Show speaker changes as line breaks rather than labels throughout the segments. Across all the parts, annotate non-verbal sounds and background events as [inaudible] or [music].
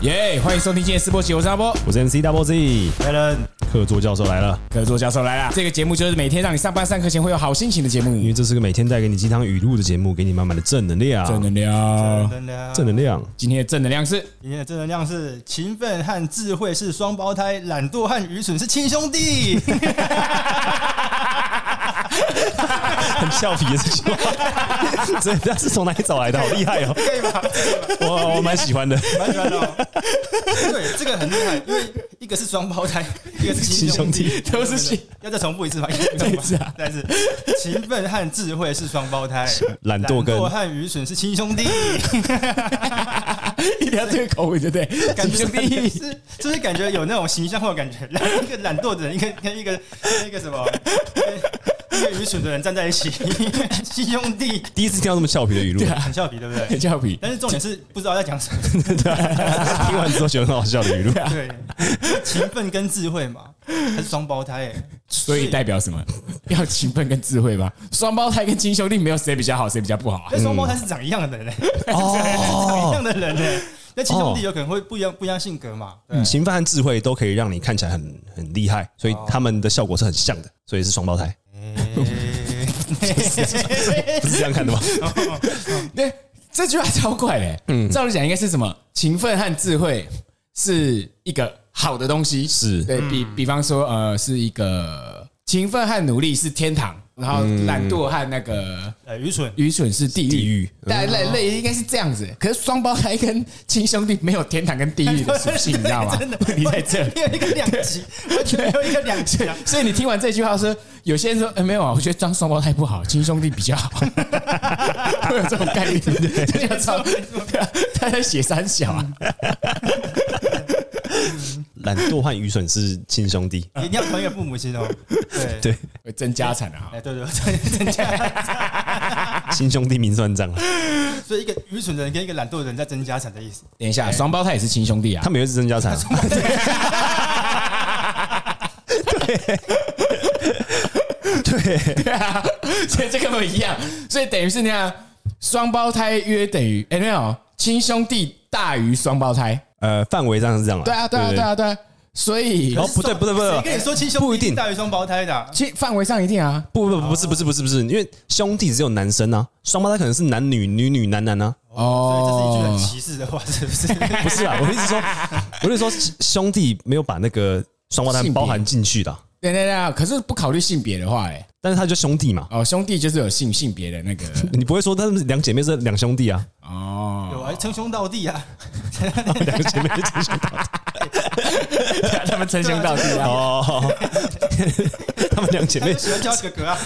耶欢迎收听今天的播节，我是阿波，
我是 MC Double Z，
来人，
客座教授来了，
客座教授来啦。这个节目就是每天让你上班上课前会有好心情的节
因
目
为，
嗯
这是个每天带给你鸡汤语录的节目，给你满满的正能量，
正能量。
能量，
正
[laughs]
能量。
今天的正能量是 [laughs]
今天的正能量是勤奋和智慧是双胞胎，懒惰和愚蠢是亲兄弟。
很俏皮的
[laughs]
这句话，这那是从哪里找来的？好厉害哦！
可以吧？
我我蛮喜欢的。
蛮喜欢的、哦。对，这个很厉害，因为一个是双胞 [laughs] 胎，一个是亲兄弟，
都是亲。
要再重复一次吗？
再一次啊
但是勤奋和智慧是双胞胎，
懒惰跟
和愚蠢是亲兄弟。
一定要这个口吻，对不对？
感觉
兄弟，
是是不是感觉有那种形象化的感觉？一个懒惰的人，一个跟一个跟一个什么，跟一个愚蠢的人站在一起， [laughs] 亲兄弟，
第一次听到这么俏皮的语录，
啊
很俏皮，对
[laughs]
不
很
对？
俏皮。
[laughs] 但是重点是不知道在讲什么。
啊
啊
[laughs] 听完之后觉得很好笑的语录。
对，勤奋跟智慧嘛，他是双胞胎、欸，
所以代表什么？ [laughs] 要勤奋跟智慧吧。双胞胎跟亲兄弟没有谁比较好，谁比较不好啊
那？双胞胎是长一样的人、欸， [laughs]
哦
长一样的人、欸，那亲兄弟有可能会不一样，不一样性格嘛。对
嗯
勤奋和智慧都可以让你看起来很很厉害，所
哦
以他们的效果是很像的，所以是双
[laughs]
胞胎，
欸
不是这样看的吗？
嗯
[laughs]
对，这句话超怪嘞。嗯，照理讲应该是什么？勤奋和智慧是一个好的东西，
是
对比比方说，呃，是一个勤奋和努力是天堂，然后懒惰和那个
呃，愚蠢，
愚蠢是地狱，
地狱
但类类应该是这样子。可是双胞胎跟亲兄弟没有天堂跟地狱的属性，
[laughs]
[laughs] 你知道吗？
真的，
问题在这。
没有一个两极，完全没有一个两极啊。
所以你听完这句话说，有些人说，呃，没有啊，我觉得当双胞胎不好，亲兄弟比较好，会有这种概念，这叫超，对啊他在写三小啊，
懒惰和愚蠢是亲兄弟，
一定要同一个父母亲哦。对
对，
会增家产啊。
哎，对对对增加，
亲兄弟明算账。
所以一个愚蠢的人跟一个懒惰的人在争家产的意思。
等一下，双胞胎也是亲兄弟啊
他。们也是增
[laughs]
加产啊，
对啊，所以这根本一样，所以等于是那样，双胞胎约等于哎、没有亲兄弟大于双胞胎，
呃，范围上是这样啦
对啊对啊
不
对啊对啊，所以
哦不对不对不对
谁跟你说亲兄弟
不一定
大于双胞胎的啊？
其实范围上一定啊，
不不不不是不是不是不是，因为兄弟只有男生啊，双胞胎可能是男女女女男男啊，
所以这是一句很
哦，
歧视的话，是不是？
[laughs] 不是啊，我的意思说，我的意思说兄弟没有把那个双胞胎
性别
包含进去的啊，
对对对，可是不考虑性别的话、哎，
但是他就兄弟嘛，
哦，兄弟就是有性性别的 [laughs] 那个
你不会说他们两姐妹是两兄弟啊，
哦，
有啊，称兄道弟啊，
两姐妹是兄弟
[laughs] 他们称兄道弟啊，
哦，他们两姐
他
妹
就喜欢叫他哥哥啊，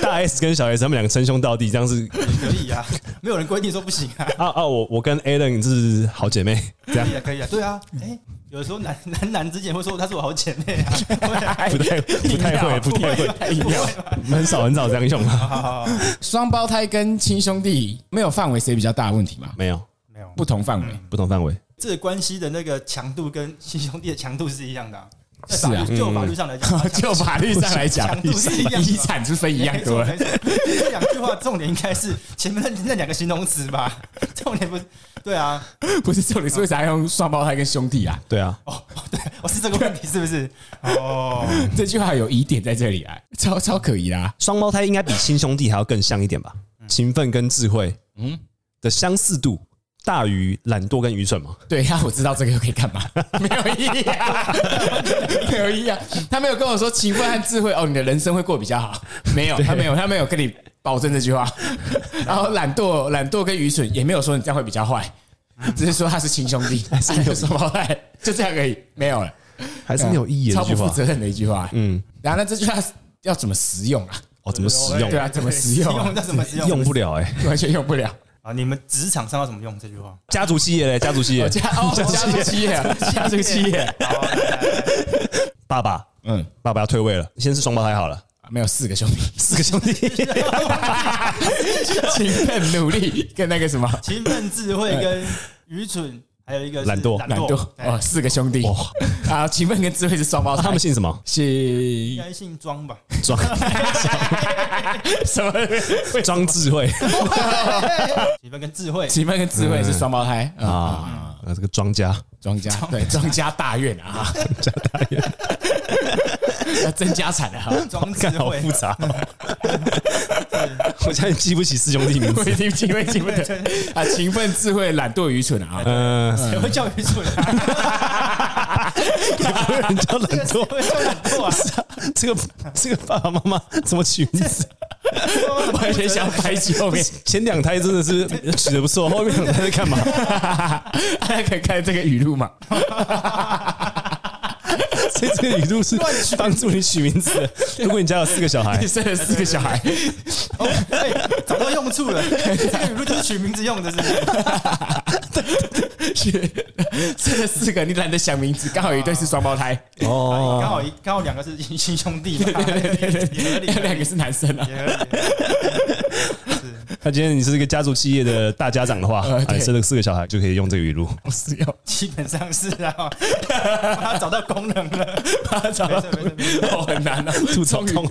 大 S 跟小 S 他们两个称兄道弟，这样是
可以啊，没有人规定说不行啊，
啊啊，我我跟 Alan 是好姐妹，这
可
样
以啊，可以啊，对啊，哎，有时候男 [laughs] 男男之间会说她是我好姐妹啊，会
哎
啊
不太不太会不太会，
不会吧
很少很少这样用啊，
好好好，
双胞胎跟亲兄弟没有范围谁比较大的问题嘛？
没有
没有，
不同范围，
不同范围。
这个关系的那个强度跟亲兄弟的强度是一样的啊，在
是
法
啊
律就法律上来
[laughs]
讲，
[laughs] 就法律上来讲
强，度是一样的
遗产是分一样 [laughs]
没错
多的。
[laughs] 没错这两句话重点应该是前面那那两个形容词吧？ [laughs] 重点不是对啊，
不是重点是为啥要用双胞胎跟兄弟啊？
对啊，
哦，对，我是这个问题是不是？哦，
[laughs] 这句话有疑点在这里啊，超超可疑啊啦。
双胞胎应该比亲兄弟还要更像一点吧？勤奋跟智慧，嗯，的相似度大于懒惰跟愚蠢嘛？
对呀、我知道这个又可以干
[laughs]
嘛？没有意义啊，没有意义啊。他没有跟我说勤奋和智慧哦，你的人生会过比较好。没有，他没有，他没有跟你保证这句
[laughs]
话。然后懒惰、懒惰跟愚蠢也没有说你这样会比较坏，
嗯
只是说他是亲兄
[laughs]
弟，还 [laughs] 有双胞胎，就这样而已，没有了。
还是很有意义的
超
一句
不负
话。
责任的一句话。嗯，然后那这句话要怎么实用啊？ [laughs]
哦，怎么使用
对？啊，怎么实用啊
用？那怎么使用？
用不了哎、
完全用不
[laughs]
了。
啊！你们职场上要怎么用这
[laughs]
句话？
家族企业嘞，家族企
我
业，
家哦，家族企业
[laughs]
啊，家族企业。
好，来来来
爸爸，
嗯，
爸爸要退位了，先是双胞胎好了，
没有四个兄弟，
四个兄弟，
[laughs]
[laughs] 勤奋努力跟那个什么
勤奋、智慧跟愚蠢，还有一个是
懒惰
懒
懒惰
惰，
哦，
哎
四个兄弟
哇
[laughs] 啊，勤奋跟智慧是 [laughs] 双胞
啊
胎，
他们姓什 [laughs] 么？
应
是
该姓
[laughs]
庄吧？
庄
什么？
庄智慧
勤奋跟智慧，
勤奋跟智慧是双胞胎啊，
啊，啊这个庄家，
庄家对庄家大院啊， [laughs] 庄家大院要增加产了、 [laughs] 啊，
装智
干好
慧
复，杂哦、我现在记不起四兄弟名
我 [laughs]
字
已。经记不记不得啊，勤奋、智慧、懒惰、愚蠢啊，
嗯、
谁会教育出来？
也不会有人叫
这
懒
个谁
惰。
[laughs] 会教懒惰啊？
这个这个爸爸妈妈怎么取名字？
完全想拍起 [laughs] 后面。
前两胎真的是取的不错，后面两胎在
[laughs]
干嘛？
大家可以看这个语录 [laughs] 嘛？
所以这个语录是帮助你取名字的。如果你家有四个小孩
你，生了四个小孩，
哦，哎，找到用处了，这个语录就是取名字用的，是不是？
[laughs] 生了四个，你懒得想名字，刚好有一对是双胞
[laughs]
胎，
哦
刚好一刚好两个是亲兄弟嘛，
[laughs]
也合理，
两个是男生啊。
也合理。
那今天你是一个家族企业的大家长的话，
呃对
哎，生了四个小孩就可以用这个语录。
是哦要
基本上是啊，他找到功能了，
他找到
没事没事没事
哦，很
[laughs]
难啊，
吐槽
终于
痛，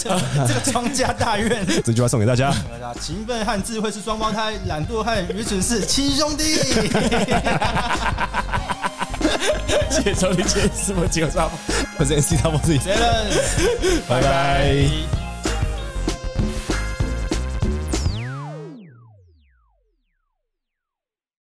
这个庄家大院。
[laughs] 这句话送给大家。
勤奋和智慧是双胞胎，懒惰和愚蠢是亲兄弟。
谢谢收听，今天是我几个双胞胎
我是 NC 大波子，
杰伦，
拜拜。
拜